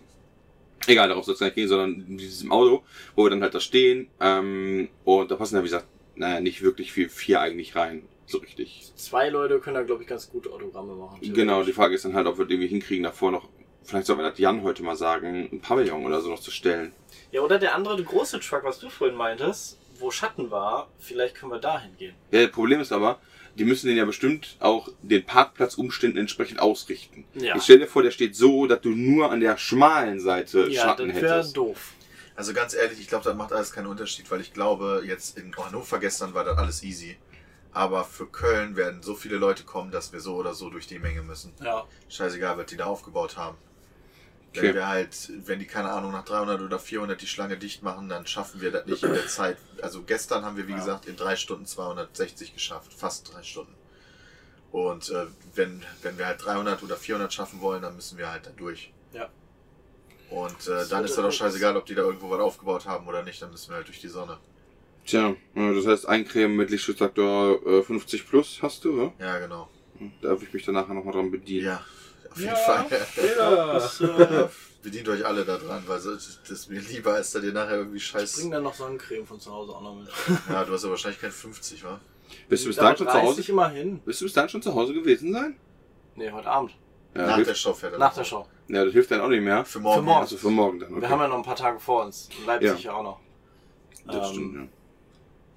Egal, darauf soll es gar nicht gehen, sondern in diesem Auto, wo wir dann halt da stehen. Ähm, und da passen ja, wie gesagt, naja, nicht wirklich viel vier eigentlich rein. So richtig.
Zwei Leute können da, glaube ich, ganz gut Autogramme machen.
Genau, die Frage ist dann halt, ob wir das irgendwie hinkriegen, davor noch, vielleicht soll man das Jan heute mal sagen, ein Pavillon oder so noch zu stellen.
Ja, oder der andere der große Truck, was du vorhin meintest, wo Schatten war, vielleicht können wir dahin gehen.
Ja, das Äh, Problem ist aber, die müssen den ja bestimmt auch den Parkplatzumständen entsprechend ausrichten.
Ja.
Ich stell dir vor, der steht so, dass du nur an der schmalen Seite
ja,
Äh, Schatten
das wäre
hättest.
doof.
Also ganz ehrlich, ich glaube, das macht alles keinen Unterschied, weil ich glaube, jetzt in Hannover gestern war das alles easy. Aber für Köln werden so viele Leute kommen, dass wir so oder so durch die Menge müssen.
Ja.
Scheißegal, was die da aufgebaut haben. Wenn
Okay.
wir halt, wenn die, keine Ahnung, nach 300 oder 400 die Schlange dicht machen, dann schaffen wir das nicht in der Zeit. Also gestern haben wir, wie gesagt, in drei Stunden 260 geschafft. Fast drei Stunden. Und äh, wenn, wenn wir halt 300 oder 400 schaffen wollen, dann müssen wir halt da durch.
Ja.
Und äh,
So,
dann ist
das
das doch
ist-
scheißegal, ob die da irgendwo was aufgebaut haben oder nicht. Dann müssen wir halt durch die Sonne.
Tja, ja, das heißt, Eincremen mit Lichtschutzfaktor äh, 50 plus hast du, ne?
Ja, genau.
Darf ich mich dann nachher nochmal dran bedienen?
Ja, auf jeden
Ja.
Fall.
Ja.
Ja, bedient euch alle da dran, weil so- das ist mir lieber, als da dir nachher irgendwie
Ich
scheiß.
bring dann noch Sonnencreme von zu Hause auch noch mit.
Ja, du hast ja wahrscheinlich kein 50, wa?
Bist du bis
Da
dahin schon zu Hause?
ich immer hin.
Bist du bis dahin schon zu Hause gewesen sein?
Nee, heute Abend.
Ja,
Nach der
hilft,
Show fährt er
Nach
noch.
der Show.
ja das hilft dann auch nicht mehr.
Für morgen.
Für morgen.
Also für morgen dann, okay.
Wir haben ja noch ein paar Tage vor uns. In Leipzig ja, auch noch.
das
ähm,
stimmt, ja.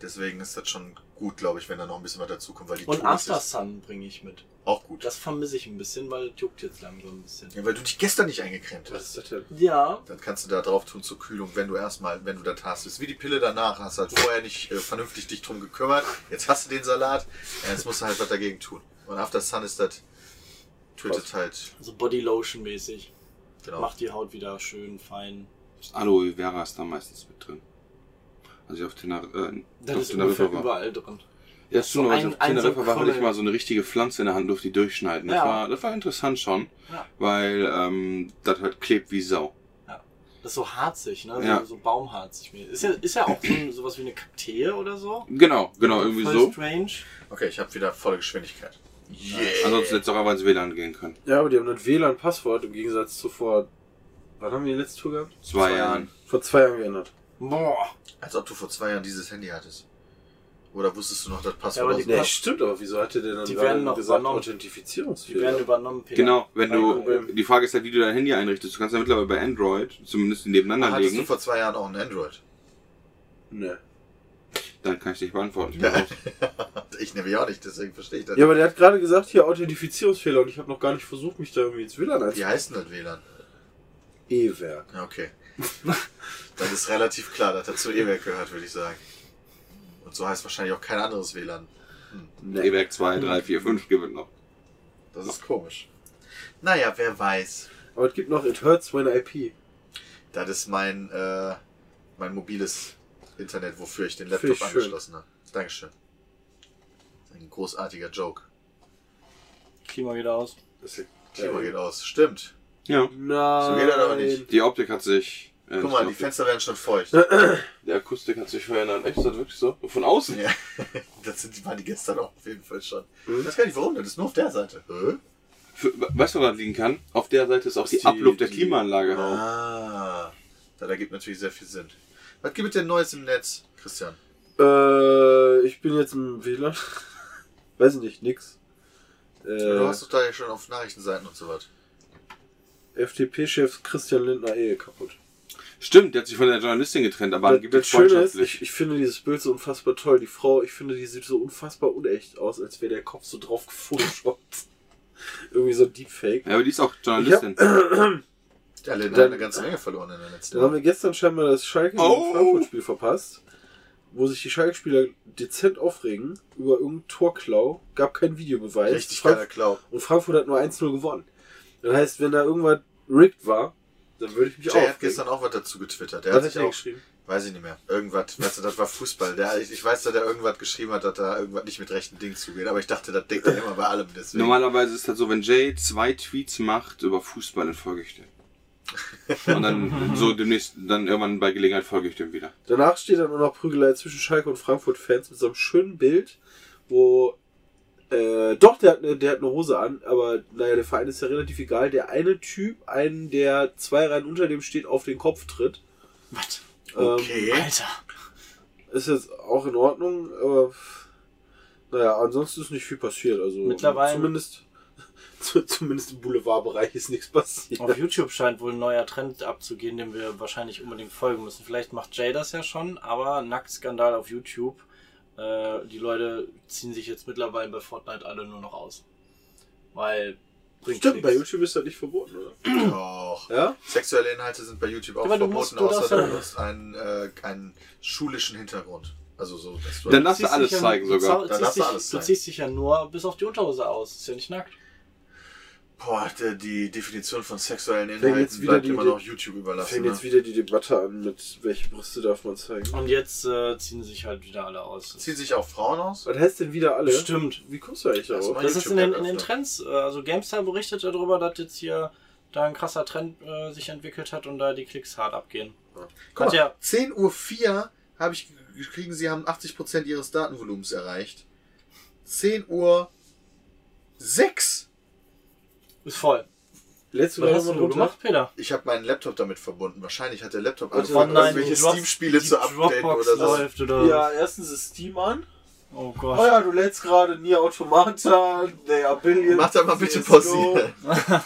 Deswegen ist das schon gut, glaube ich, wenn da noch ein bisschen was dazukommt, weil die
Und
Tour ist
After Sun bringe ich mit.
auch gut.
Das vermisse ich ein bisschen, weil das juckt jetzt langsam ein bisschen.
Ja, weil du dich gestern nicht eingecremt
Was
hast.
ist das denn?
Ja,
Dann kannst du da drauf tun zur Kühlung, wenn du erstmal, wenn du das hast. Ist wie die Pille danach, hast halt vorher nicht äh, vernünftig dich drum gekümmert. Jetzt hast du den Salat, äh, jetzt musst du halt was dagegen tun. Und After Sun ist das, tötet halt,
so Bodylotion-mäßig.
genau.
Macht die Haut wieder schön fein.
Das Aloe Vera ist da meistens mit drin. Also ich auf Teneriffa, äh,
Das
auf
ist ungefähr
Teneriffa war.
überall drin.
Ja, so
so
ein,
ein-
auf
ein
Teneriffa
so
war hatte ich
Krümmel.
mal so eine richtige Pflanze in der Hand, durfte die durchschneiden. Das,
Ja.
war, das war interessant schon,
Ja.
weil ähm, das halt klebt wie Sau.
Das ist so harzig, ne? So,
Ja.
so baumharzig. Ist ja, ist ja auch so, ein- sowas wie eine Kaktee oder so.
Genau, genau, irgendwie
Voll
so.
strange.
Okay, ich habe wieder volle Geschwindigkeit.
Ansonsten hätte es auch einfach ins WLAN gehen können.
Ja, aber die haben das WLAN-Passwort im Gegensatz zu vor. Wann haben wir die letzte Tour gehabt?
Zwei Jahren.
Vor zwei Jahren geändert.
Boah.
Als ob du vor zwei Jahren dieses Handy hattest. Oder wusstest du noch das
Ja, aber
Passwort?
die-
aus-
Nee, stimmt, aber wieso hatte der dann
Die
gerade
werden noch
gesagt,
übernommen. Die
Authentifizierungsfehler?
werden übernommen, Peter.
Genau, wenn
Kein
du,
Problem.
die Frage ist halt, wie du dein Handy einrichtest. Du kannst ja mittlerweile bei Android zumindest nebeneinander
Ah, hattest du
legen.
vor zwei Jahren auch ein Android?
nee.
Dann kann ich dich beantworten. Ich bin raus.
Ich nehme ja auch nicht, deswegen verstehe ich das.
Ja, aber der hat gerade gesagt, hier Authentifizierungsfehler und ich habe noch gar nicht versucht, mich da irgendwie ins WLAN
Wie
einzubauen.
heißt denn das WLAN?
E-Werk.
Ja, okay. Dann ist relativ klar, dass er zu E-Werk gehört, würde ich sagen. Und so heißt wahrscheinlich auch kein anderes WLAN.
Nee.
E-Werk 2, 3, 4, 5 gibt es noch.
Das ist komisch. Naja, wer weiß.
Aber es gibt noch It Hurts When IP.
Das ist mein, äh, mein mobiles Internet, wofür ich den Laptop
Finde ich schön.
angeschlossen habe. Dankeschön. Ein großartiger Joke.
Klima geht aus.
Klima geht aus. Stimmt.
Ja.
Nein.
So geht das aber nicht.
Die Optik hat sich. äh,
Guck mal, die
Optik-
Fenster werden schon feucht.
Die Akustik hat sich verändert. Echt? Ist das wirklich so? Von außen?
Ja, das sind, waren die gestern auch auf jeden Fall schon.
Hm?
Ich weiß gar nicht warum, das ist nur auf der Seite. Hä?
Für, weißt du, woran das liegen kann? Auf der Seite ist auch die,
die-
Abluft der
die-
Klimaanlage.
Genau.
auch.
Ah, das ergibt natürlich sehr viel Sinn. Was gibt es denn Neues im Netz, Christian?
Äh, ich bin jetzt im WLAN. Weiß nicht, nix.
Du
Äh,
hast doch da ja schon auf Nachrichtenseiten und so was.
Äh, FDP-Chef Christian Lindner Ehe kaputt.
Stimmt, der hat sich von der Journalistin getrennt, aber
Das,
gibt
das
es
Schöne ist, ich,
freundschaftlich.
ich finde dieses Bild so unfassbar toll. Die Frau, ich finde, die sieht so unfassbar unecht aus, als wäre der Kopf so drauf gefotoshoppt. Irgendwie so ein Deepfake.
Ja, aber die ist auch Journalistin.
Der Lena hat
Dann-
eine ganze Menge verloren in der letzten
Dann haben wir
Woche.
gestern scheinbar das Schalke
Oh.
Frankfurt-Spiel verpasst, wo sich die Schalke-Spieler dezent aufregen über irgendeinen Torklau. Gab keinen Videobeweis.
Richtig geiler Klau.
Und Frankfurt hat nur 1-0 gewonnen. Das heißt, wenn da irgendwas rigged war, Dann würde ich mich
Jay
auch.
hat gestern auch was dazu getwittert. Der
was
hat
hat
sich
er
auch,
geschrieben?
weiß ich nicht mehr, irgendwas, weißt du, das war Fußball. Der, ich, ich weiß, dass er irgendwas geschrieben hat, dass da irgendwas nicht mit rechten Dingen zugeht, aber ich dachte, das denkt er immer bei allem deswegen.
Normalerweise ist das so, wenn Jay zwei Tweets macht über Fußball, dann folge ich dem. Und dann so demnächst, dann irgendwann bei Gelegenheit folge ich dem wieder.
Danach steht dann auch noch Prügelei zwischen Schalke und Frankfurt-Fans mit so einem schönen Bild, wo. Äh, doch, der hat, eine, der hat eine Hose an, aber naja, der Verein ist ja relativ egal. Der eine Typ, einen, der zwei Reihen unter dem steht, auf den Kopf tritt. Ähm,
Was?
Okay.
Alter.
Ist jetzt auch in Ordnung, aber naja, ansonsten ist nicht viel passiert. Also
Mittlerweile-
zumindest, zu, zumindest im Boulevardbereich ist nichts passiert.
Auf YouTube scheint wohl ein neuer Trend abzugehen, dem wir wahrscheinlich unbedingt folgen müssen. Vielleicht macht Jay das ja schon, aber Nacktskandal auf YouTube. Äh, die Leute ziehen sich jetzt mittlerweile bei Fortnite alle nur noch aus. Weil. bringt
Stimmt,
nix.
bei YouTube ist das nicht verboten, oder?
Doch.
Ja?
Sexuelle Inhalte sind bei YouTube auch
Aber du
verboten,
musst- du darfst
außer
ja-
du benutzt einen, äh, einen schulischen Hintergrund. Also so, dass du
Dann lass
ziehst
er alles
dich ja-
zeigen
du
sogar.
zau-
Dann
ziehst
lass er
dich-
alles
Du
zeigen.
ziehst dich ja nur bis auf die Unterhose aus. Ist ja nicht nackt.
Boah, die, die Definition von sexuellen
jetzt
Inhalten
wieder
bleibt
die
immer
Idee-
noch YouTube überlassen.
Fängt
Ne?
jetzt wieder die Debatte an, mit welche Brüste darf man zeigen.
Und jetzt äh, ziehen sich halt wieder alle aus.
Ziehen sich auch Frauen aus?
Was heißt denn wieder alle?
Stimmt.
Wie kommst du eigentlich
Das
darauf?
war-
Das ist in den, in den
YouTube-App
Trends. äh, Also GameStar berichtet darüber, dass jetzt hier da ein krasser Trend äh, sich entwickelt hat und da die Klicks hart abgehen.
Guck mal,
ja-
10.04 Uhr habe ich gekriegen, sie haben 80% ihres Datenvolumens erreicht. 10 Uhr 6.
Ist voll.
Lädst du
Was
da
hast du
nochmal
denn
runter?
gemacht, Peter?
Ich habe meinen Laptop damit verbunden. Wahrscheinlich hat der Laptop
Warte,
angefangen,
nein,
irgendwelche
Oh, die Drop-
also Steam-Spiele
die
zu updaten
Dropbox
oder so.
läuft oder
Ja, erstens ist Steam an.
Oh
Oh
Gott.
ja, du lädst gerade Nier Automata, der Billion.
Mach da mal bitte Pause. hier.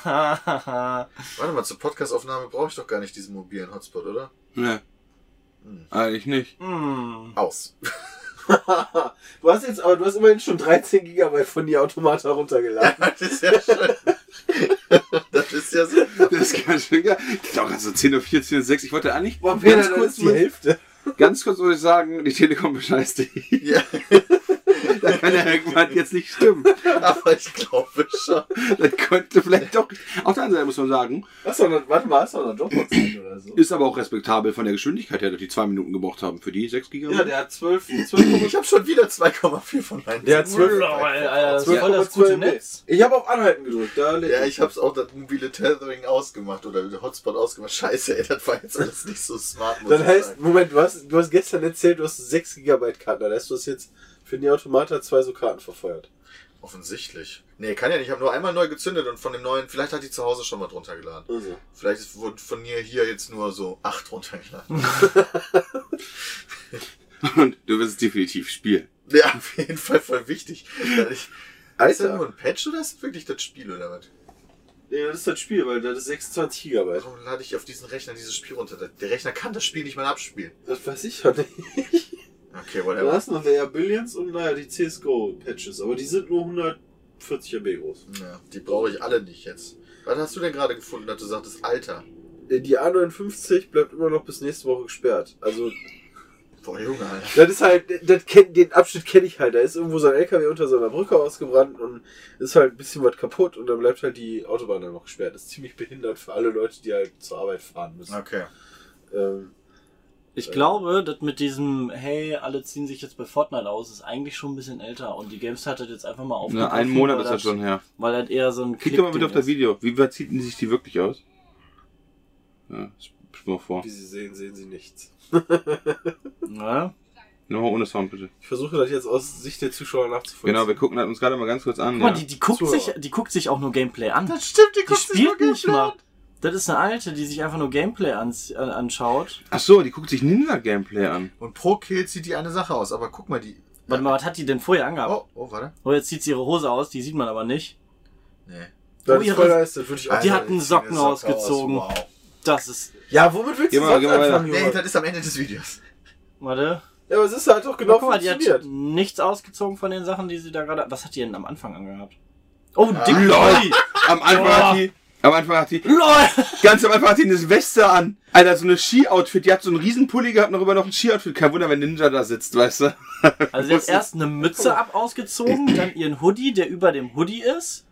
Warte mal, zur Podcastaufnahme brauche ich doch gar nicht diesen mobilen Hotspot, oder?
Ne. Eigentlich nicht.
Hm.
Aus.
Du hast jetzt, aber du hast immerhin schon 13 Gigabyte von Nier Automata runtergeladen.
Das ist ja schön. das ist ja so.
Das ist ganz schön geil. Das ist auch also 10 Uhr 14 Uhr 6. Ich wollte eigentlich
Boah,
ganz,
das
kurz
ist die
mal,
Hälfte.
ganz kurz wollte ich sagen, die Telekom bescheißt dich.
Ja,
Da kann ja irgendwas jetzt nicht stimmen.
aber ich glaube schon.
Das könnte vielleicht doch. Auf der anderen Seite muss man sagen,
Hast du noch, warte mal, hast du noch Dropbox drin oder so?
ist aber auch respektabel von der Geschwindigkeit her, dass die zwei Minuten gebraucht haben für die 6 Gigabyte.
Ja, der hat 12, 12,
Ich habe schon wieder 2,4 von meinen.
Der hat
Dingen.
12
Oh, Alter, das ist
12,
voll das gute Netz.
Ich habe auf Anhalten gedrückt. Da lädt-
Ja, ich hab's auch das mobile Tethering ausgemacht oder den Hotspot ausgemacht. Scheiße, ey, das war jetzt alles nicht so smart, muss
Dann
ich
heißt,
sagen.
Moment, du hast, du hast gestern erzählt, du hast 6 GB Karten. Dann heißt, du hast jetzt für die Automata zwei so Karten verfeuert.
Offensichtlich. Nee, kann ja nicht. Ich habe nur einmal neu gezündet und von dem neuen, vielleicht hat die zu Hause schon was runtergeladen.
Also.
Vielleicht ist- wurden von mir hier jetzt nur so acht runtergeladen.
Und du wirst es definitiv spielen.
ja, auf jeden Fall voll wichtig. Weil ich- Ist das nur
Alter,
ein Patch oder ist das wirklich das Spiel oder was?
nee, das ist das Spiel, weil das ist 26 GB.
Warum lade ich auf diesen Rechner dieses Spiel runter? Der Rechner kann das Spiel nicht mal abspielen.
Das weiß ich ja nicht.
Okay,
Du
whatever.
hast noch der Billions und naja, die CSGO-Patches, aber die sind nur 140 MB groß.
Ja, die brauche ich alle nicht jetzt. Was hast du denn gerade gefunden, dass du sagtest, Alter?
Die A59 bleibt immer noch bis nächste Woche gesperrt. Also,
Boah, Junge, Alter.
das ist halt, das kenn, den Abschnitt kenne ich halt. Da ist irgendwo so ein LKW unter so einer Brücke ausgebrannt und ist halt ein bisschen was kaputt und dann bleibt halt die Autobahn dann noch gesperrt. Das ist ziemlich behindert für alle Leute, die halt zur Arbeit fahren müssen.
Okay.
Ähm,
Ich glaube, das mit diesem, hey, alle ziehen sich jetzt bei Fortnite aus, ist eigentlich schon ein bisschen älter. Und die Games hat das jetzt einfach mal
Na,
aufgegriffen.
einen Monat
weil
ist das schon her.
Weil das eher so ein
Klick doch mal bitte
Klickding
auf das
ist.
Video. Wie weit zieht denn sich die wirklich aus? Ja, spiel mal vor.
wie Sie sehen, sehen Sie nichts.
Ne?
Nochmal ohne Sound bitte.
Ich versuche das jetzt aus Sicht der Zuschauer nachzuvollziehen.
Genau, wir gucken das uns gerade mal ganz kurz an.
Guck mal,
ja.
die, die, guckt
Zuhörer.
sich, die guckt sich auch nur Gameplay an.
Das stimmt, die
Die
guckt sich
spielt
wirklich
nicht mal. Das ist eine alte, die sich einfach nur Gameplay ans, äh, anschaut.
Ach so, die guckt sich Ninja Gameplay an.
Und pro Kill zieht die eine Sache aus, aber guck mal die.
Warte mal, was hat die denn vorher angehabt?
Oh, oh, warte.
Oh, jetzt zieht sie ihre Hose aus, die sieht man aber nicht.
Nee.
Das
Oh,
ist
ihre-
voll nice, das würde ich auch.
Die
Alter,
hat einen
zieht
Socken
eine Socke
ausgezogen.
Aus. Wow.
Das ist.
Ja, womit willst du
Geh mal-
sonst
geh mal weiter.
anfangen,
Nee,
Junge?
das ist am Ende des Videos.
Warte.
Ja, aber es ist halt doch genau
Guck mal, die
funktioniert.
hat nichts ausgezogen von den Sachen, die sie da gerade. Was hat die denn am Anfang angehabt? Oh, ein dicken
LOL.
Pulli!
Ah. Am Anfang
Boah.
hat die. Am Anfang hat die.
LOL!
Ganz am Anfang hat die eine Weste an. Alter, so eine Ski-Outfit. Die hat so einen Riesenpulli gehabt, noch über noch ein Ski-Outfit. Kein Wunder, wenn Ninja da sitzt, weißt du?
Also, sie hat erst eine Mütze ab ausgezogen, dann ihren Hoodie, der über dem Hoodie ist.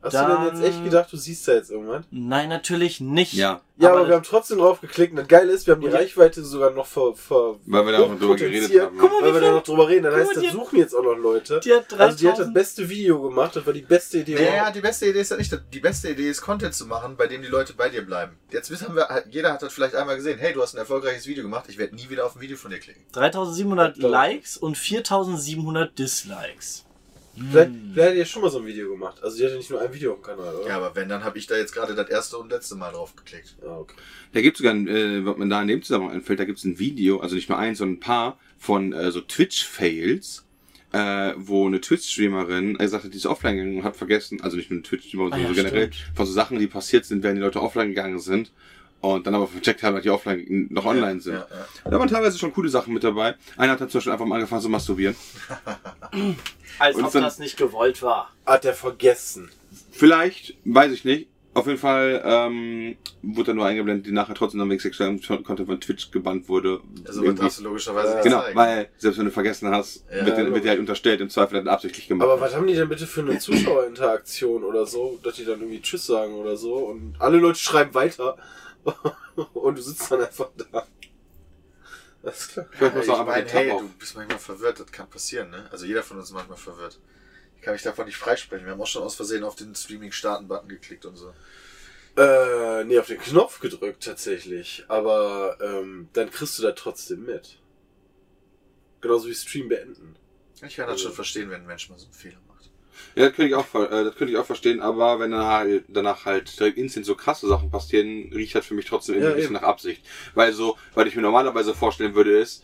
Hast
Dann-
du denn jetzt echt gedacht, du siehst da jetzt irgendwann?
Nein, natürlich nicht.
Ja,
Ja, aber,
Aber
wir
das-
haben trotzdem drauf geklickt. Und das Geile ist, wir haben die
Ja.
Reichweite sogar noch ver, ver
weil wir da auch drüber geredet
hochpotenziert,
haben. ne?
Guck mal,
Weil wir da noch drüber reden. Dann
Guck mal,
heißt
die
das,
hat-
suchen jetzt auch noch Leute.
Die hat
Also die hat das
3000.
beste Video gemacht. Das war die beste Idee.
Naja,
überhaupt.
die beste Idee ist ja nicht, die beste Idee ist Content zu machen, bei dem die Leute bei dir bleiben. Jetzt wissen wir, jeder hat das vielleicht einmal gesehen, hey, du hast ein erfolgreiches Video gemacht, ich werde nie wieder auf ein Video von dir klicken.
3700
Ja.
Likes und 4700 Dislikes.
Vielleicht, vielleicht hat die ja schon mal so ein Video gemacht. Also die hatte nicht nur ein Video auf dem Kanal, oder?
Ja, aber wenn, dann habe ich da jetzt gerade das erste und letzte Mal drauf geklickt.
Ah, okay.
Da gibt's sogar, ein, äh, was mir da in dem Zusammenhang einfällt, da gibt's ein Video, also nicht nur eins, sondern ein paar von äh, so Twitch-Fails, äh, wo eine Twitch-Streamerin äh, sagte, die ist offline gegangen und hat vergessen, also nicht nur eine Twitch-Streamerin,
Ah
sondern
ja,
so generell,
stimmt.
von so Sachen, die passiert sind, während die Leute offline gegangen sind und dann aber vercheckt haben, dass die offline noch online sind.
Ja, ja.
Da waren teilweise schon coole Sachen mit dabei. Einer hat dann zum Beispiel einfach mal angefangen zu masturbieren.
Als
Und
ob
dann-
das nicht gewollt war.
Hat er vergessen.
Vielleicht, weiß ich nicht. Auf jeden Fall ähm, wurde dann nur eingeblendet, die nachher trotzdem dann wegen sexuellen Content von Twitch gebannt wurde.
Also was
Irgendwie-
darfst du logischerweise nicht
Genau,
zeigen.
weil selbst wenn du vergessen hast,
Ja,
wird, dir, wird
logisch.
dir halt unterstellt, im Zweifel dann absichtlich gemacht.
Aber was haben die denn bitte für eine Zuschauerinteraktion oder so, dass die dann irgendwie Tschüss sagen oder so und alle Leute schreiben weiter und du sitzt dann einfach da. Alles klar.
Vielleicht muss
ich
auch einfach
meine,
den Tab
hey,
auf.
du bist manchmal verwirrt, das kann passieren, ne? Also jeder von uns ist manchmal verwirrt. Ich kann mich davon nicht freisprechen. Wir haben auch schon aus Versehen auf den Streaming-Starten-Button geklickt und so.
Äh, nee, auf den Knopf gedrückt tatsächlich. Aber ähm, dann kriegst du da trotzdem mit. Genauso wie Stream beenden.
Ich kann das schon verstehen, wenn ein Mensch mal so einen Fehler macht.
Ja, das könnte ich auch, ver- äh, das könnte ich auch verstehen, aber wenn dann halt, danach halt direkt instant so krasse Sachen passieren, riecht das für mich trotzdem irgendwie
Ja,
ein bisschen
eben.
nach Absicht. Weil so, weil ich mir normalerweise vorstellen würde, ist,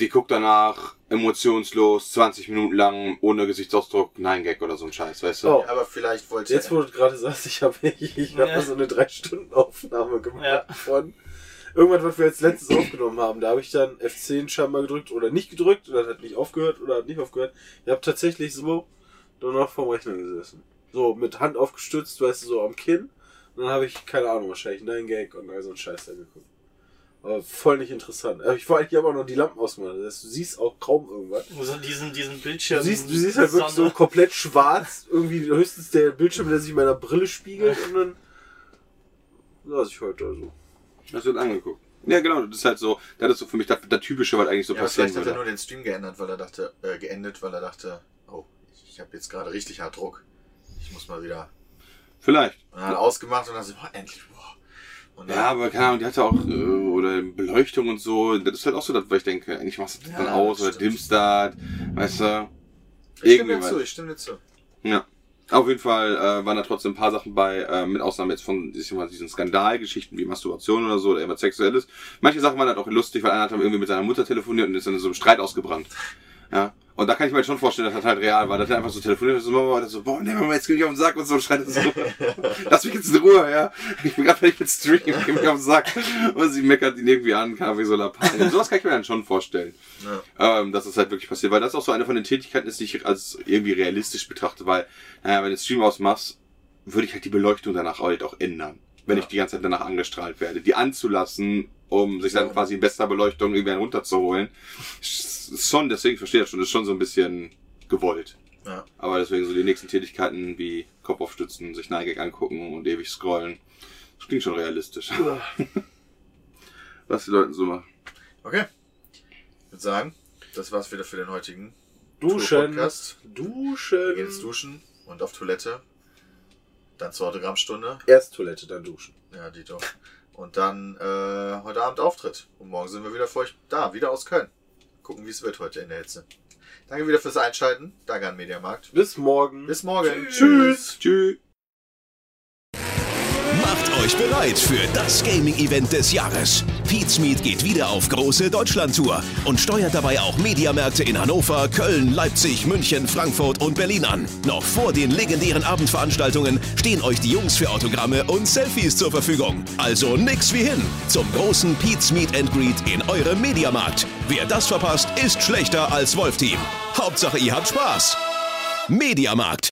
die guckt danach emotionslos 20 Minuten lang ohne Gesichtsausdruck Nein Gag oder so ein Scheiß, weißt du?
Oh.
Aber vielleicht wollte
Jetzt, wo du gerade sagst, ich habe ich hab
Ja.
so eine 3-Stunden-Aufnahme gemacht
Ja.
von irgendwas, was wir als letztes aufgenommen haben. Da habe ich dann F10 scheinbar gedrückt oder nicht gedrückt oder hat nicht aufgehört oder hat nicht aufgehört. Ich habe tatsächlich so nur noch vorm Rechner gesessen. So, mit Hand aufgestützt, weißt du, so am Kinn. Und dann habe ich, keine Ahnung, wahrscheinlich einen Gag und all so einen Scheiß angeguckt. Aber voll nicht interessant. Aber ich war eigentlich aber noch die Lampen ausmachen. Das heißt, du siehst auch kaum irgendwas.
So diesen, diesen Bildschirm.
Du siehst, du siehst halt wirklich so
Sonne.
komplett schwarz, irgendwie höchstens der Bildschirm, der sich in meiner Brille spiegelt und dann saß ich heute also.
Das wird angeguckt. Ja, genau, das ist halt so, das ist so für mich das, das Typische, was eigentlich so
ja, aber
passieren
vielleicht hat er
würde.
nur den Stream geändert, weil er dachte, äh, geendet, weil er dachte, oh, ich habe jetzt gerade richtig hart Druck. Ich muss mal wieder.
Vielleicht.
Und dann hat er ausgemacht und dann so, boah, endlich, boah. Und dann,
Ja, aber keine Ahnung, die hatte auch, äh, oder Beleuchtung und so, das ist halt auch so das, was ich denke, eigentlich machst du das
Ja,
dann aus
das
oder
stimmt.
dimmst das, weißt du.
ich stimme
irgendwie
dir
was.
zu, ich stimme dir zu.
Ja. Auf jeden Fall äh, waren da trotzdem ein paar Sachen bei, äh, mit Ausnahme jetzt von ich sag mal, diesen Skandalgeschichten wie Masturbation oder so oder irgendwas Sexuelles. Manche Sachen waren halt auch lustig, weil einer hat dann irgendwie mit seiner Mutter telefoniert und ist dann in so einem Streit ausgebrannt. Ja. Und da kann ich mir halt schon vorstellen, dass das halt real war. Dass er einfach so telefoniert und so, Mama war so, boah, nee, Mama, jetzt geh ich auf den Sack und so und schreit in so. Lass mich jetzt in Ruhe, ja. Ich bin gerade fertig mit Stream, geh mich auf den Sack. Und sie meckert ihn irgendwie an, Kaffee so Lappalien. Sowas kann ich mir dann schon vorstellen.
Ja.
Ähm, dass das halt wirklich passiert. Weil das auch so eine von den Tätigkeiten ist, die ich als irgendwie realistisch betrachte, weil, naja, wenn du Stream ausmachst, würde ich halt die Beleuchtung danach halt auch ändern. Wenn
Ja.
ich die ganze Zeit danach angestrahlt werde. Die anzulassen, um sich dann
Ja.
quasi in bester Beleuchtung irgendwie einen runterzuholen. Ist Schon, deswegen verstehe ich das schon, ist schon so ein bisschen gewollt.
Ja.
Aber deswegen so die nächsten Tätigkeiten wie Kopf aufstützen, sich Neigek angucken und ewig scrollen. Das klingt schon realistisch. Was die Leute so machen.
Okay. Ich würde sagen, das war's wieder für den heutigen
Duschen.
Podcast. Wir gehen jetzt
Duschen.
duschen und auf Toilette. Dann zur Autogrammstunde.
Erst Toilette, dann duschen.
Ja, Dito. Und dann äh, heute Abend Auftritt. Und morgen sind wir wieder für euch da, wieder aus Köln. Gucken, wie es wird heute in der Hitze. Danke wieder fürs Einschalten. Danke an Mediamarkt.
Bis morgen.
Bis morgen.
Tschüss.
Macht euch bereit für das Gaming-Event des Jahres. Pete's Meet geht wieder auf große Deutschlandtour und steuert dabei auch Mediamärkte in Hannover, Köln, Leipzig, München, Frankfurt und Berlin an. Noch vor den legendären Abendveranstaltungen stehen euch die Jungs für Autogramme und Selfies zur Verfügung. Also nix wie hin zum großen Pete's Meet and Greet in eurem Mediamarkt. Wer das verpasst, ist schlechter als Wolf-Team. Hauptsache, ihr habt Spaß. Mediamarkt.